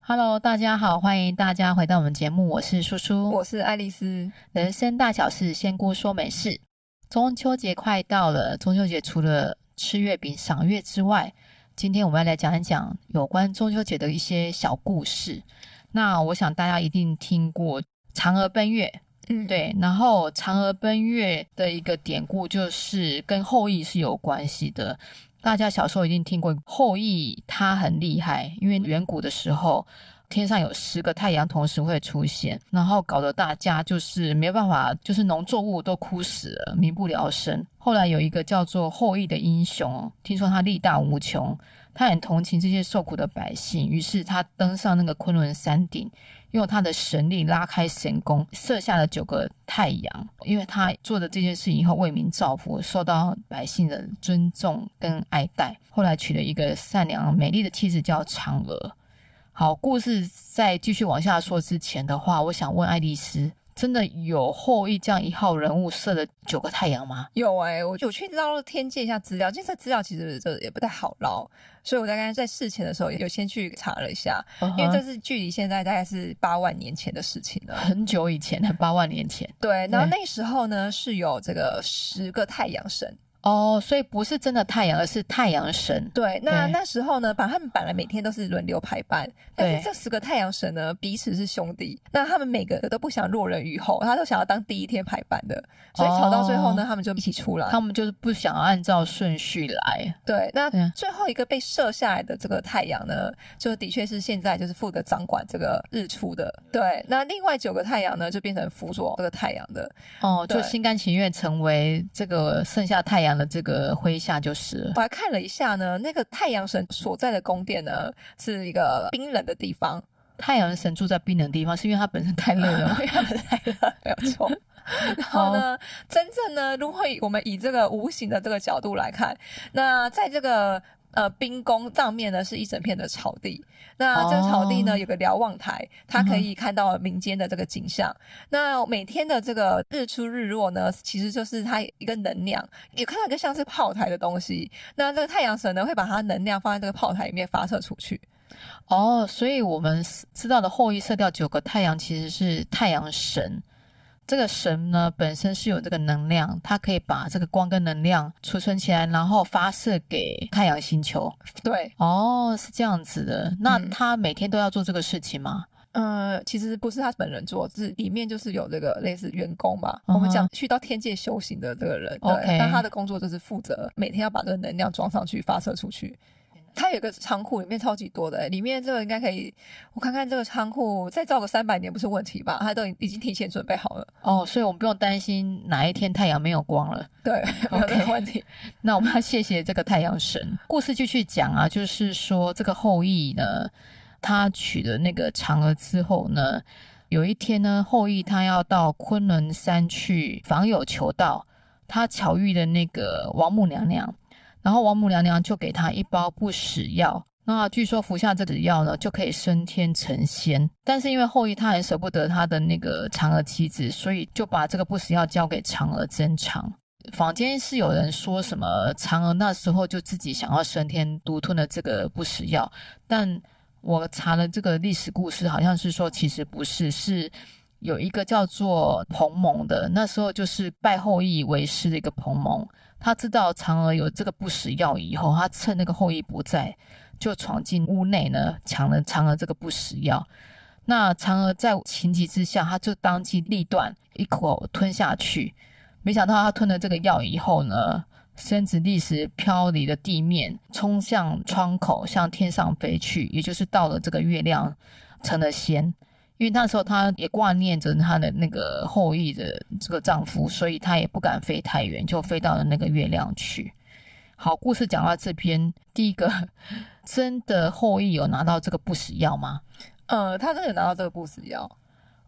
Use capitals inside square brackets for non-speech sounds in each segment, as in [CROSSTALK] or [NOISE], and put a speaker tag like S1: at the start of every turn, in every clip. S1: Hello，大家好，欢迎大家回到我们节目，我是叔叔。
S2: 我是爱丽丝，
S1: 人生大小事，仙姑说美事。中秋节快到了，中秋节除了吃月饼、赏月之外，今天我们要来讲一讲有关中秋节的一些小故事。那我想大家一定听过嫦娥奔月，
S2: 嗯，
S1: 对，然后嫦娥奔月的一个典故就是跟后羿是有关系的。大家小时候一定听过后羿，他很厉害，因为远古的时候天上有十个太阳同时会出现，然后搞得大家就是没有办法，就是农作物都枯死了，民不聊生。后来有一个叫做后羿的英雄，听说他力大无穷，他很同情这些受苦的百姓，于是他登上那个昆仑山顶，用他的神力拉开神弓，射下了九个太阳。因为他做的这件事情以后，为民造福，受到百姓的尊重跟爱戴。后来娶了一个善良美丽的妻子，叫嫦娥。好，故事在继续往下说之前的话，我想问爱丽丝：真的有后羿这样一号人物射了九个太阳吗？
S2: 有哎、我有去捞了天界一下资料，这这资料其实这也不太好捞，所以我大概在事前的时候有先去查了一下，因
S1: 嗯
S2: 为这是距离现在大概是八万年前的事情了。
S1: 很久以前，八万年前
S2: 对，然后那时候呢是有这个十个太阳神，
S1: 哦，所以不是真的太阳，而是太阳神。
S2: 对，那
S1: 对
S2: 那时候呢，把他们本来每天都是轮流排班，但
S1: 对
S2: 是这十个太阳神呢彼此是兄弟，那他们每个都不想落人于后，他都想要当第一天排班的，所以吵到最后呢，
S1: 哦
S2: 他们就一起出来。
S1: 他们就是不想按照顺序来，
S2: 对，那
S1: 对啊
S2: 最后一个被射下来的这个太阳呢，就的确是现在就是负责掌管这个日出的。对，那另外九个太阳呢，就变成辅佐这个太阳的。
S1: 哦，就
S2: 对
S1: 心甘情愿成为这个剩下太阳的这个麾下就是了。
S2: 我还看了一下呢，那个太阳神所在的宫殿呢，是一个冰冷的地方，
S1: 太阳神住在冰冷的地方，是因为它本身太热
S2: [LAUGHS]
S1: 了吗。
S2: 没有错。然后呢，真正呢，如果以我们以这个无形的这个角度来看，那在这个呃冰宫上面呢，是一整片的草地。那这个草地呢，
S1: 哦
S2: 有个瞭望台，它可以看到民间的这个景象。那每天的这个日出日落呢，其实就是它一个能量，也看到一个像是炮台的东西。那这个太阳神呢，会把它能量放在这个炮台里面发射出去。
S1: 哦，所以我们知道的后羿射掉九个太阳，其实是太阳神。这个神呢，本身是有这个能量，它可以把这个光跟能量储存起来，然后发射给太阳星球。
S2: 对，
S1: 哦，是这样子的。那
S2: 嗯
S1: 他每天都要做这个事情吗？
S2: 呃，其实不是他本人做，是里面就是有这个类似员工吧。
S1: 嗯哼
S2: 我们讲去到天界修行的这个人，对
S1: OK
S2: 那他的工作就是负责每天要把这个能量装上去发射出去。他有个仓库，里面超级多的、欸里面这个应该可以，我看看这个仓库再造个三百年不是问题吧？他都已经提前准备好了，
S1: 哦，所以我们不用担心哪一天太阳没有光了。
S2: 对，没有这个问题。
S1: 那我们要谢谢这个太阳神。故事继续讲啊，就是说这个后羿呢，他娶了那个嫦娥之后呢，有一天呢，后羿他要到昆仑山去访友求道，他巧遇了那个王母娘娘，然后王母娘娘就给他一包不死药。那据说服下这纸药呢，就可以升天成仙。但是因为后羿他很舍不得他的那个嫦娥妻子，所以就把这个不死药交给嫦娥珍藏。坊间是有人说什么嫦娥那时候就自己想要升天，独吞了这个不死药，但我查了这个历史故事，好像是说其实不是，是有一个叫做彭蒙的，那时候就是拜后羿为师的一个彭蒙，他知道嫦娥有这个不死药以后，他趁那个后羿不在，就闯进屋内呢，抢了嫦娥这个不死药。那嫦娥在情急之下，她就当机立断，一口吞下去。没想到她吞了这个药以后呢，身子立时飘离了地面，冲向窗口，向天上飞去，也就是到了这个月亮，成了仙。因为那时候她也挂念着她的那个后羿的这个丈夫，所以她也不敢飞太远，就飞到了那个月亮去。好，故事讲到这边，第一个，真的后羿有拿到这个不死药吗？
S2: 呃，他真的有拿到这个不死药，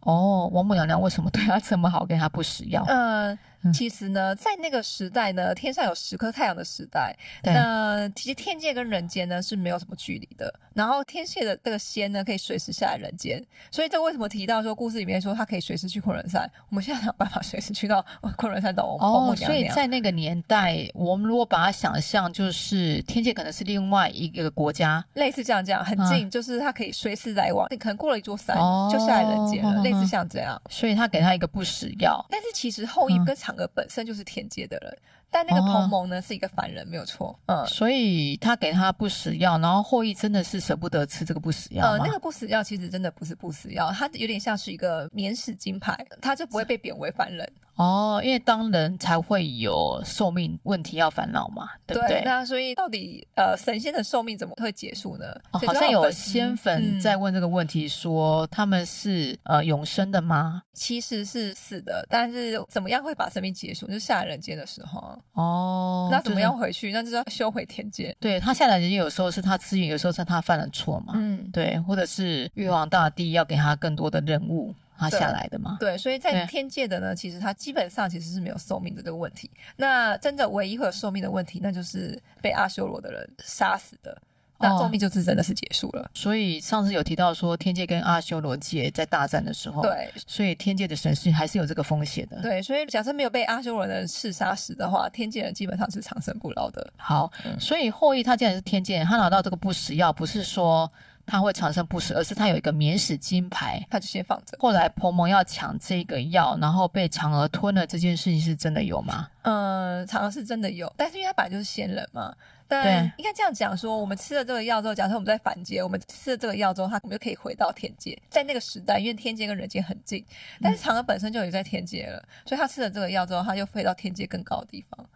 S1: 哦哦，王母娘娘为什么对他这么好，给他不死药？
S2: 呃，
S1: 嗯
S2: 其实呢，在那个时代呢，天上有十颗太阳的时代，
S1: 对
S2: 那其实天界跟人间呢是没有什么距离的。然后天界的这个仙呢，可以随时下来人间，所以这为什么提到说故事里面说他可以随时去昆仑山？我们现在没有办法随时去到 [LAUGHS] 昆仑山找王王母
S1: 哦，
S2: 娘
S1: 所以
S2: 娘。
S1: 在那个年代，我们如果把它想象，就是天界可能是另外一个国家，
S2: 类似这样这样很近，就是他可以随时来往，可能过了一座山、
S1: 嗯哦
S2: 就下来人间
S1: 哼
S2: 了，
S1: 哼
S2: 类似
S1: 哼
S2: 像这样。
S1: 所以他给他一个不死药。
S2: 但是其实后羿
S1: 嗯
S2: 跟嫦娥本身就是天界的人，但那个
S1: 哦
S2: 彭蒙呢是一个凡人，没有错。嗯，
S1: 所以他给他不死药，然后后羿真的是舍不得吃这个不死药
S2: 呃，
S1: 吗？
S2: 那个不死药其实真的不是不死药，它有点像是一个免死金牌，它就不会被贬为凡人。
S1: 哦，因为当人才会有寿命问题要烦恼嘛，对不对？
S2: 那所以到底呃神仙的寿命怎么会结束呢？
S1: 哦、
S2: 所以
S1: 好
S2: 就
S1: 像有
S2: 粉丝
S1: 仙粉
S2: 嗯
S1: 在问这个问题说，他们是呃永生的吗？
S2: 其实是死的，但是怎么样会把生命结束？就是下人间的时候啊，
S1: 哦，
S2: 那怎么
S1: 就
S2: 样
S1: 是？
S2: 回去？那就是要修回天界。
S1: 对他下来人有时候是他自愿，有时候是他犯了错嘛，
S2: 嗯。
S1: 哦对，或者是玉皇大帝要给他更多的任务，他下来的嘛。
S2: 对，所以在
S1: 对啊
S2: 天界的呢，其实它基本上其实是没有寿命的这个问题。那真的唯一会有寿命的问题，那就是被阿修罗的人杀死的，那
S1: 哦
S2: 寿命就是真的是结束了。
S1: 所以上次有提到说，天界跟阿修罗界在大战的时候，，
S2: 对
S1: 所以天界的神是还是有这个风险的。
S2: 对，所以假设没有被阿修罗的人刺杀死的话，天界人基本上是长生不老的。
S1: 好，
S2: 嗯
S1: 所以后羿他既然是天界人，他拿到这个不死药，不是说他会长生不死，而是他有一个免死金牌。
S2: 他就先放着。
S1: 后来彭蒙要抢这个药，然后被嫦娥吞了，这件事情是真的有吗？
S2: 嗯，常常是真的有，但是因为他本来就是仙人嘛，但
S1: 对
S2: 应该这样讲说，我们吃了这个药之后，假设我们在凡界，我们吃了这个药之后，他我们就可以回到天界。在那个时代，因为天界跟人界很近，但
S1: 嗯
S2: 是嫦娥本身就已经在天界了，所以他吃了这个药之后，他就飞到天界更高的地方，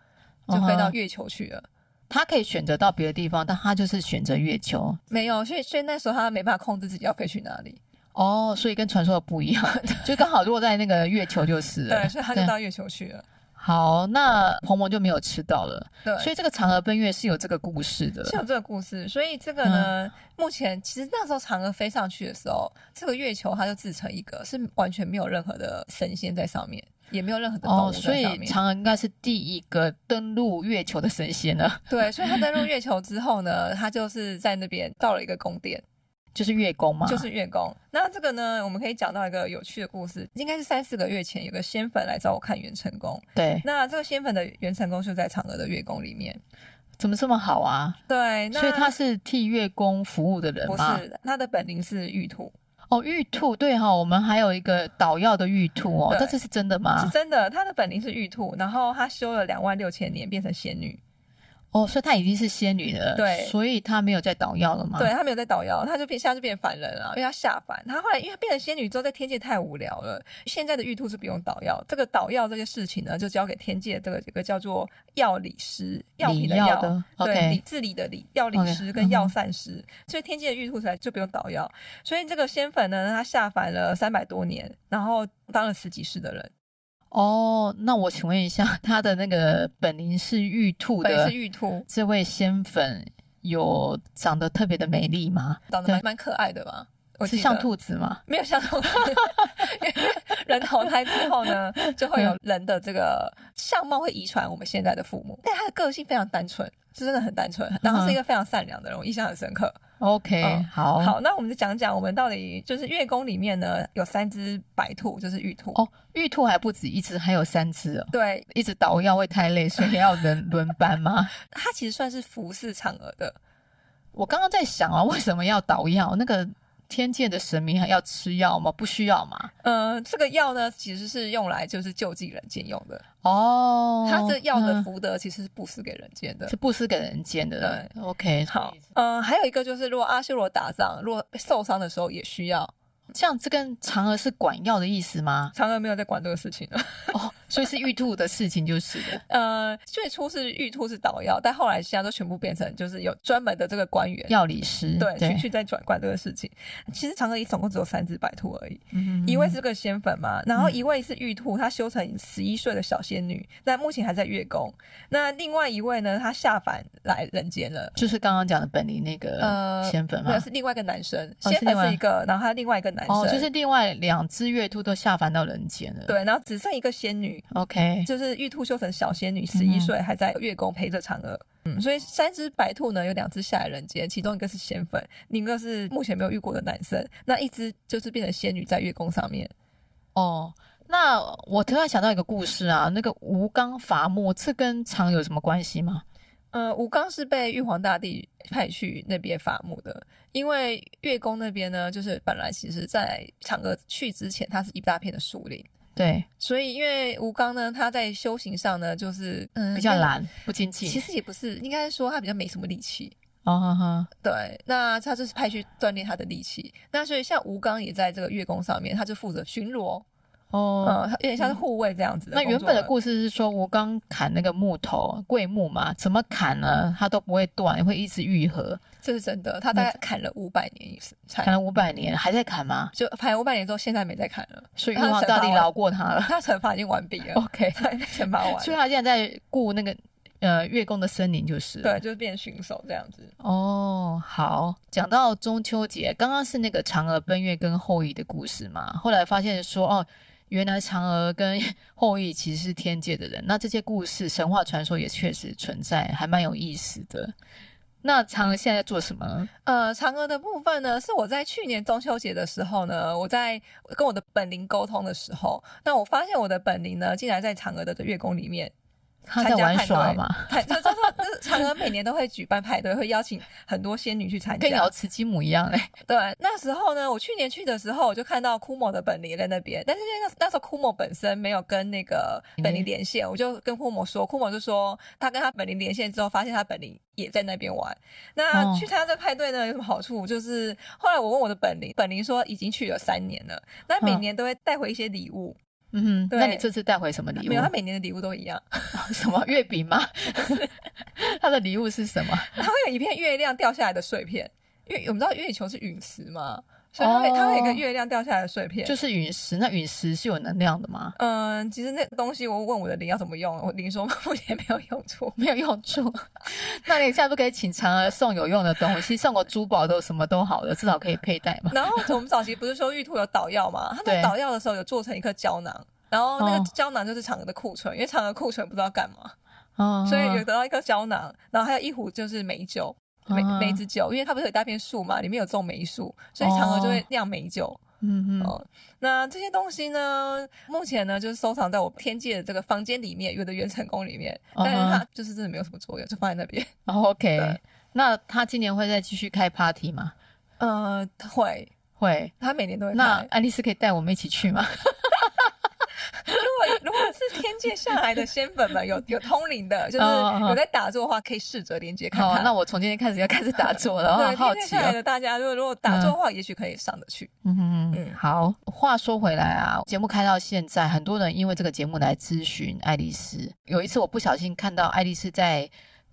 S2: 就飞到
S1: 嗯哼
S2: 月球去了。
S1: 他可以选择到别的地方，但他就是选择月球。
S2: 没有，所以所以那时候他没办法控制自己要飞去哪里，
S1: 哦，所以跟传说的不一样， [LAUGHS] 就刚好落在那个月球就是了
S2: 对，所以他就到月球去了。
S1: 好，那彭蒙就没有吃到了。
S2: 对，
S1: 所以这个嫦娥奔月是有这个故事的嗯
S2: 是有这个故事，所以这个呢，目前其实那时候嫦娥飞上去的时候，这个月球它就自成一个，是完全没有任何的神仙在上面，也没有任何的动
S1: 哦，
S2: 物
S1: 所
S2: 在
S1: 以
S2: 上面。
S1: 嫦娥应该是第一个登陆月球的神仙了，
S2: 对，所以它登陆月球之后呢，它就是在那边造了一个宫殿，
S1: 就是月宫嘛。
S2: 就是月
S1: 啊
S2: 宫。那这个呢，我们可以讲到一个有趣的故事，应该是三四个月前，有个仙粉来找我看元成功。
S1: 对，
S2: 那这个仙粉的元成功就在嫦娥的月宫里面。
S1: 怎么这么好啊？
S2: 对，那
S1: 所以他是替月宫服务的人
S2: 不
S1: 吗？
S2: 是他的本灵是玉兔，
S1: 哦，玉兔对哈、我们还有一个捣药的玉兔哦，
S2: 对
S1: 这次是真的
S2: 是
S1: 吗？
S2: 真的，她的本灵是玉兔，然后她修了两万六千年变成仙女，
S1: 哦，所以她已经是仙女了，
S2: 对
S1: 所以她没有在捣药了吗？
S2: 对，她没有在捣药，她就变现在就变凡人了，因为她下凡，她后来因为她变成仙女之后，在天界太无聊了，现在的玉兔是不用捣药，这个捣药这件事情呢，就交给天界这个这个叫做药理师，药品
S1: 理
S2: 药
S1: 药的
S2: 对
S1: OK
S2: 理治理的理，药理
S1: OK，
S2: 师
S1: 嗯
S2: 跟
S1: 哼
S2: 药膳师，所以天界的玉兔才就不用捣药，所以这个仙粉呢，她下凡了三百多年，然后当了十几世的人，
S1: 哦，那我请问一下， [LAUGHS] 她的那个本灵是玉兔
S2: 本来
S1: 的
S2: 是玉兔，
S1: 这位仙粉，有长得特别的美丽吗？
S2: 长得蛮蛮可爱的吧。我
S1: 是
S2: 记
S1: 像
S2: 得
S1: 兔子吗？
S2: 没有相同，因为人投胎之后呢，就会有人的这个相貌会遗传我们现在的父
S1: 嗯
S2: 母，但他的个性非常单纯，是真的很单纯，然后是一个非常善良的人，我印象很深刻。
S1: OK，、
S2: 嗯
S1: 好。
S2: 好，那我们就讲讲我们到底就是月宫里面呢有三只白兔，就是玉兔，
S1: 哦，玉兔还不止一只，还有三只哦。
S2: 对，
S1: 一直捣药会太累，所以要轮 [LAUGHS] 轮班吗？
S2: 它其实算是服侍嫦娥的，
S1: 我刚刚在想啊，为什么要捣药？那个天界的神明还要吃药吗？不需要嘛？
S2: 嗯、这个药呢其实是用来就是救济人间用的，
S1: 哦，
S2: 它这药的
S1: 嗯
S2: 福德其实是布施给人间的
S1: 是。布施给人间的。OK，
S2: 好，，嗯，还有一个就是，如果阿修罗打仗，如果受伤的时候也需要，？
S1: 这样这跟嫦娥是管药的意思吗
S2: 嫦娥没有在管这个事情了。 [LAUGHS]
S1: 哦，所以是玉兔的事情就是了。
S2: 呃，最初是玉兔是捣药，但后来现在都全部变成就是有专门的这个官员。
S1: 药理师
S2: 对，去
S1: 嗯对，
S2: 去在转管这个事情。其实嫦娥也总共只有三只白兔而已，
S1: 嗯
S2: 一位是个仙粉嘛，然后一位是玉兔，她修成十一岁的小仙女，那目前还在月宫。那另外一位呢，她下凡来人间了，
S1: 就是刚刚讲的本灵那
S2: 呃
S1: 个仙粉嘛
S2: 那。是另外一个男生，
S1: 哦
S2: 仙
S1: 是
S2: 粉
S1: 另外
S2: 是一个，然后还有另外一个男生，
S1: 哦，就是另外两只月兔都下凡到人间了。
S2: 对，然后只剩一个仙女，
S1: ，OK，
S2: 就是玉兔修成小仙
S1: 嗯
S2: 女十一岁，还在月宫陪着嫦娥。嗯，所以三只白兔呢，有两只下来人间，其中一个是仙粉，另一个是目前没有遇过的男生，那一只就是变成仙女在月宫上面。
S1: 哦。那我突然想到一个故事啊，那个吴刚伐木，这跟嫦娥有什么关系吗？
S2: 呃，吴刚是被玉皇大帝派去那边伐木的，因为月宫那边呢，就是本来其实在嫦娥去之前，它是一大片的树林，
S1: 对，
S2: 所以因为吴刚呢，他在修行上呢，就是嗯
S1: 比较，懒，不精
S2: 应该其
S1: 进。
S2: 实也不是，应该说他比较没什么力气。
S1: 哦哈哈，
S2: 对，那他就是派去锻炼他的力气。那所以像吴刚也在这个月宫上面，他就负责巡逻，
S1: 哦。
S2: 嗯，他有点像是护卫这样子的
S1: 那
S2: 工作
S1: 原
S2: 了。
S1: 本的故事是说吴刚砍那个木头桂木嘛，怎么砍呢？它都不会断，会一直愈合，
S2: 这是真的，他大概砍了五百年以上，
S1: 嗯砍
S2: 才
S1: 了五百年还在砍吗？
S2: 就砍了五百年之后，现在没再砍了，
S1: 所以玉
S2: 他
S1: 皇
S2: 惩
S1: 大
S2: 罚
S1: 帝
S2: 完
S1: 饶过 [LAUGHS] 他
S2: [LAUGHS]
S1: 了。
S2: 他惩罚已经完毕了，
S1: OK，
S2: 他被惩罚完
S1: 所以
S2: 了，
S1: 他现在在顾那个呃月宫的森林就是了。
S2: 对，就是变巡手这样子。
S1: 哦，好，讲到中秋节，刚刚是那个嫦娥奔月跟后羿的故事嘛，后来发现说，哦，原来嫦娥跟后羿其实是天界的人，那这些故事、神话传说也确实存在，还蛮有意思的。那嫦娥现在在做什么呢？
S2: 呃，嫦娥的部分呢，是我在去年中秋节的时候呢，我在跟我的本灵沟通的时候，那我发现我的本灵呢，竟然在嫦娥的月宫里面
S1: 她
S2: 参
S1: 在
S2: 加
S1: 玩
S2: 派
S1: 耍
S2: 对
S1: 嘛，
S2: 派，就是就是嫦娥每年都会举办派对，会邀请很多仙女去参
S1: 跟瑶
S2: 加。
S1: 池金母一样哎嘞。
S2: 对，那时候呢，我去年去的时候，我就看到库莫的本灵在那边，但是那个那时候库莫本身没有跟那个
S1: 嗯
S2: 本灵连线，我就跟库莫说，库莫就说他跟他本灵连线之后，发现他本灵也在那边玩。那
S1: 哦
S2: 去参加这派对呢，有什么好处？就是后来我问我的本灵，本灵说已经去了三年了，那每
S1: 嗯
S2: 年都会带回一些礼物，
S1: 嗯哼，那你
S2: 对
S1: 这次带回什么礼物
S2: 没有，？他每年的礼物都一样。
S1: 什么月饼
S2: [LAUGHS]
S1: 吗？她的礼物是什么？
S2: 它会有一片月亮掉下来的碎片，因为我们知道月球是陨石嘛，所以它会、
S1: 哦
S2: 它会有一个月亮掉下来的碎片。
S1: 就是陨石。那陨石是有能量的吗？
S2: 嗯，其实那个东西我问我的灵要怎么用，我灵说目前没有用处。
S1: 没有用处。 [LAUGHS] 那你下次可以请嫦娥送有用的东西，送个珠宝都什么都好的，至少可以佩
S2: [LAUGHS]
S1: 戴嘛。
S2: [LAUGHS] 然后我们早期不是说玉兔有捣
S1: [LAUGHS]
S2: 药嘛，它
S1: 对
S2: 在捣药的时候有做成一颗胶囊。然后那
S1: 哦
S2: 个胶囊就是嫦娥的库存，因为嫦娥库存不知道干嘛，
S1: 哦
S2: 所以有得到一颗胶囊，然后还有一壶就是梅酒，梅
S1: 哦
S2: 梅子酒，因为它不是有一大片树嘛，里面有种梅树，所以嫦娥就会酿梅酒。
S1: 嗯嗯，
S2: 哦，那这些东西呢，目前呢就是收藏在我天界的这个房间里面，有的元成宫里面，但是
S1: 嗯
S2: 它就是真的没有什么作用，就放在那边。
S1: 哦 OK
S2: 对。
S1: 那他今年会再继续开 party 吗？
S2: [LAUGHS] 呃，会，
S1: 会。
S2: 它每年都会开。
S1: 那爱丽丝可以带我们一起去吗？
S2: 如果如果是天界下来的仙粉们，有有通灵的，就是
S1: 哦哦哦
S2: 有在打坐的话，可以试着连接看
S1: 好，
S2: 看。
S1: 那我从今天开始要开始打坐
S2: [LAUGHS]
S1: 了，
S2: 对
S1: 好好
S2: 天界
S1: 奇
S2: 下来
S1: 哦。
S2: 的大家，如果如果打坐的话，也许可以上得去。
S1: 嗯哼嗯，
S2: 嗯
S1: 好。话说回来啊，节目开到现在，很多人因为这个节目来咨询爱丽丝。有一次我不小心看到爱丽丝在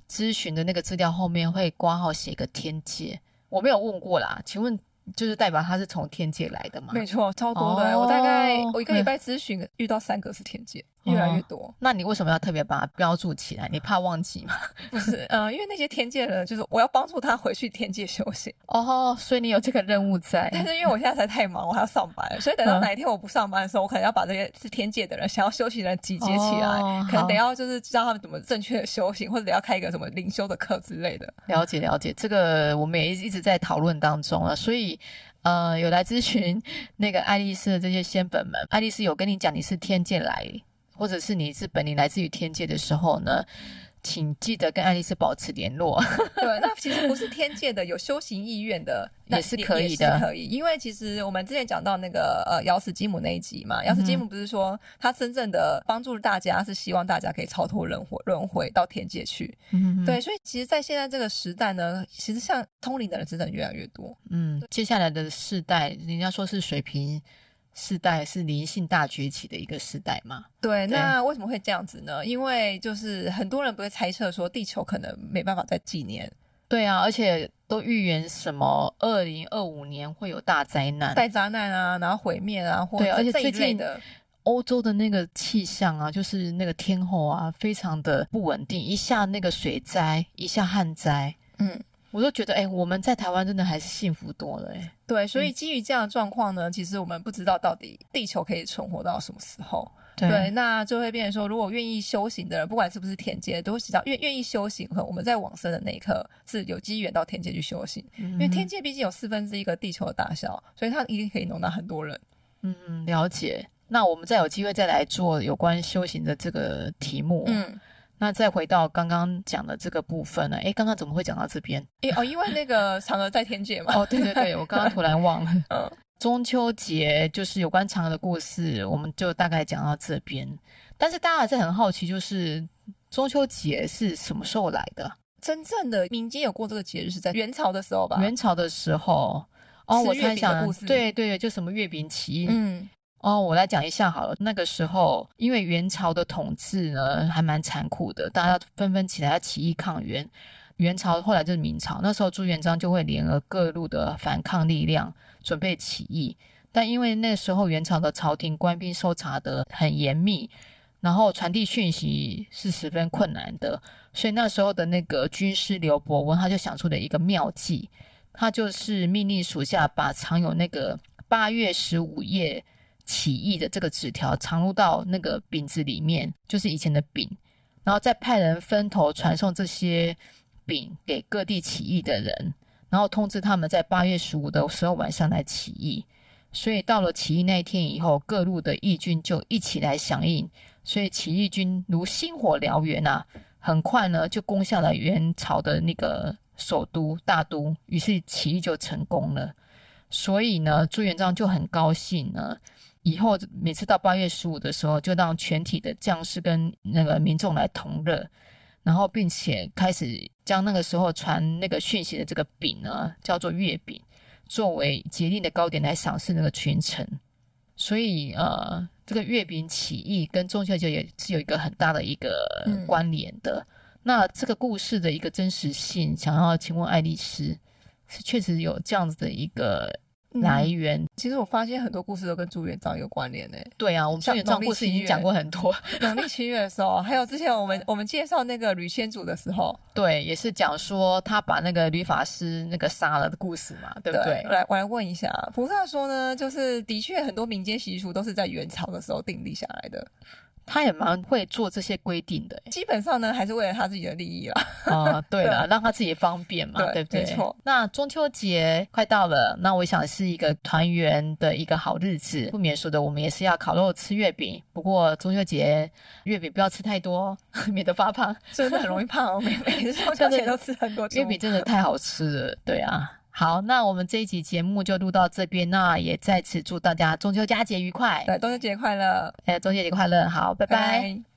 S1: 咨询的那个资料后面会挂号写个天界，我没有问过啦。请问，就是代表她是从天界来的吗？
S2: 没错，超多的。欸
S1: 哦
S2: 我大概我一个礼拜咨询遇到三个是天界，嗯越来越多。 [LAUGHS]
S1: 那你为什么要特别把它标注起来？你怕忘记吗？
S2: 不是，呃，因为那些天界人，就是我要帮助他回去天界修行。
S1: 哦，所以你有这个任务 [LAUGHS] 在。
S2: 但是因为我现在才太忙，我还要上班，所以等到哪一天我不上班的时候，我可能要把这些是天界的人、想要休息的人集结起来，
S1: 哦
S2: 可能得
S1: 好
S2: 要就是教他们怎么正确的修行，或者得要开一个什么灵修的课之类的。
S1: 了解了解，这个我们也一直在讨论当中了，所以。呃，有来咨询 [LAUGHS] 那个爱丽丝的这些仙本们，爱丽丝有跟你讲你是天界来，或者是你是本灵来自于天界的时候呢，请记得跟爱丽丝保持联络。
S2: 对，那其实不是天界的，有修行意愿的
S1: 也
S2: [LAUGHS] 那
S1: 是
S2: 也
S1: 可以
S2: 也是
S1: 的
S2: 可以。因为其实我们之前讲到那个呃瑶池金母那一集嘛，瑶池金母不是说他真正的帮助大家是希望大家可以超脱轮回，轮回到天界去。
S1: 嗯，
S2: 对，所以其实，在现在这个时代呢，其实像通灵的人真的越来越多。
S1: 嗯，接下来的世代，人家说是水平世代，是灵性大崛起的一个世代嘛。
S2: 对，
S1: 对
S2: 那为什么会这样子呢？因为就是很多人不会猜测说地球可能没办法再几年
S1: 对啊，而且都预言什么二零二五年会有大灾难，
S2: 带灾难啊，然后毁灭啊，或
S1: 对而且
S2: 者这一
S1: 最
S2: 类
S1: 近
S2: 的。
S1: 欧洲的那个气象啊，就是那个天候啊，非常的不稳定，一下那个水灾，一下旱灾，
S2: 嗯，
S1: 我都觉得，哎、我们在台湾真的还是幸福多了、哎，
S2: 对，所以基于这样的状况呢，其实我们不知道到底地球可以存活到什么时候。
S1: 对
S2: 那就会变成说，如果愿意修行的人，不管是不是天界，都会提到愿愿意修行。和我们在往生的那一刻是有机缘到天界去修行，
S1: 因
S2: 因为天界毕竟有四分之一个地球的大小，所以它一定可以容纳很多人。
S1: 嗯了解。那我们再有机会再来做有关修行的这个题目。，
S2: 嗯，
S1: 那再回到刚刚讲的这个部分呢？哎诶，刚刚怎么会讲到这边？
S2: 因哦，因为那
S1: [LAUGHS]
S2: 个嫦娥在天界嘛。
S1: 哦，对对对，我刚刚突然忘了。
S2: 嗯
S1: 中秋节就是有关嫦娥的故事，我们就大概讲到这边。但是大家还是很好奇，就是中秋节是什么时候来的？
S2: [LAUGHS] 真正的民间有过这个节日是在元朝的时候吧？
S1: 元朝的时候。哦，
S2: 吃
S1: 我
S2: 月
S1: 猜
S2: 饼的
S1: 想
S2: 故，事
S1: 对对，就什么月饼起义。
S2: 嗯
S1: 哦，我来讲一下好了。那个时候，因为元朝的统治呢还蛮残酷的，大家纷纷起来要起义抗元。元朝后来就是明朝，那时候朱元璋就会联合各路的反抗力量准备起义，但因为那时候元朝的朝廷官兵搜查的很严密，然后传递讯息是十分困难的，所以那时候的那个军师刘伯温他就想出了一个妙计，他就是命令属下把藏有那个八月十五夜起义的这个纸条藏入到那个饼子里面，就是以前的饼，然后再派人分头传送这些饼给各地起义的人，然后通知他们在八月十五的时候晚上来起义。所以到了起义那一天以后，各路的义军就一起来响应，所以起义军如星火燎原啊，很快呢就攻下了元朝的那个首都大都，于是起义就成功了。所以呢，朱元璋就很高兴呢，以后每次到八月十五的时候，就让全体的将士跟那个民众来同乐，然后并且开始将那个时候传那个讯息的这个饼呢，叫做月饼，作为节令的糕点来赏赐那个群臣。所以呃，这个月饼起义跟中秋节也是有一个很大的一个
S2: 嗯
S1: 关联的。那这个故事的一个真实性，想要请问爱丽丝，是确实有这样子的一个来
S2: 嗯
S1: 源。
S2: 其实我发现很多故事都跟朱元璋有关联呢、
S1: 对啊，我们
S2: 像
S1: 中元账
S2: 农历
S1: 故事
S2: 七
S1: 已经
S2: 月
S1: 讲过很多， [LAUGHS]
S2: 农历七月的时候，还有之前我们我们介绍那个吕先祖的时候，
S1: 对，也是讲说他把那个律法师那个杀了的故事嘛，对不对？
S2: 我来我来问一下，菩萨说呢，就是的确很多民间习俗都是在元朝的时候订立下来的，
S1: 他也蛮会做这些规定的、
S2: 基本上呢还是为了他自己的利益啦。
S1: 欸，啊、对了，
S2: [LAUGHS] 对
S1: 让他自己方便嘛，对
S2: 对
S1: 不对？
S2: 没错。
S1: 那中秋节快到了，那我想是一个团圆的一个好日子，不免俗的，我们也是要烤肉吃月饼。不过中秋节月饼不要吃太多 [LAUGHS] 哦，免得发胖。
S2: 真的很容易胖、哦，每
S1: [LAUGHS]
S2: 每次中秋节都吃很多
S1: 月饼真的太好吃了，对啊。好，那我们这一集节目就录到这边，那也在此祝大家中秋佳节愉快，
S2: 对，中秋节快乐，
S1: 哎，中秋节快乐，好，拜拜
S2: 拜